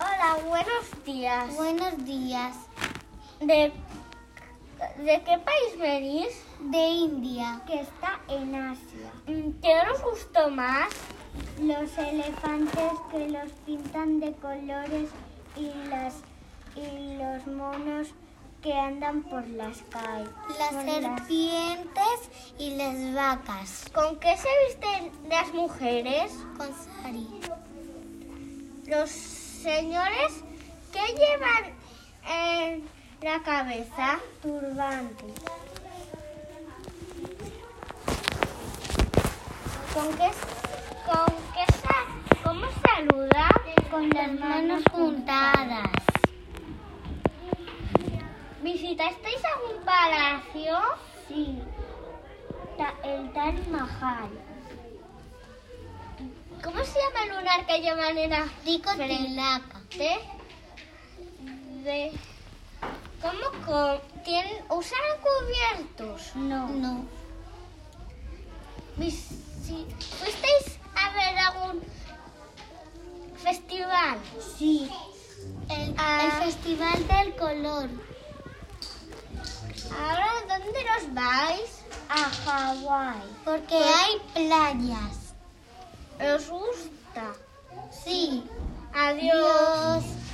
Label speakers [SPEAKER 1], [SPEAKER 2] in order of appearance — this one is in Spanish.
[SPEAKER 1] Hola, buenos días.
[SPEAKER 2] Buenos días.
[SPEAKER 1] ¿De, de qué país venís?
[SPEAKER 2] De India.
[SPEAKER 1] Que está en Asia. ¿Qué os gustó más?
[SPEAKER 2] Los elefantes que los pintan de colores y, las, y los monos que andan por las calles.
[SPEAKER 3] Las serpientes y las vacas.
[SPEAKER 1] ¿Con qué se visten las mujeres?
[SPEAKER 3] Con sari.
[SPEAKER 1] Los señores, ¿qué llevan en la cabeza?
[SPEAKER 2] Turbante.
[SPEAKER 1] ¿Con qué, con qué sa- cómo saluda?
[SPEAKER 2] Con las manos
[SPEAKER 3] juntadas.
[SPEAKER 1] ¿Visitasteis algún palacio?
[SPEAKER 2] Sí. Ta- el Taj Mahal.
[SPEAKER 1] ¿Cómo se llama el lunar que llevan en la
[SPEAKER 3] Rico tilaca.
[SPEAKER 1] de, de cómo co- tienen usan cubiertos
[SPEAKER 2] No.
[SPEAKER 3] No.
[SPEAKER 1] Mis- si- fuisteis a ver algún festival
[SPEAKER 2] Sí.
[SPEAKER 3] El,
[SPEAKER 1] Ah.
[SPEAKER 3] el festival del color.
[SPEAKER 1] ahora dónde nos vais
[SPEAKER 2] A Hawái.
[SPEAKER 3] Porque
[SPEAKER 1] Pues
[SPEAKER 3] hay playas.
[SPEAKER 1] os gusta
[SPEAKER 3] Sí.
[SPEAKER 1] adiós.
[SPEAKER 3] Dios.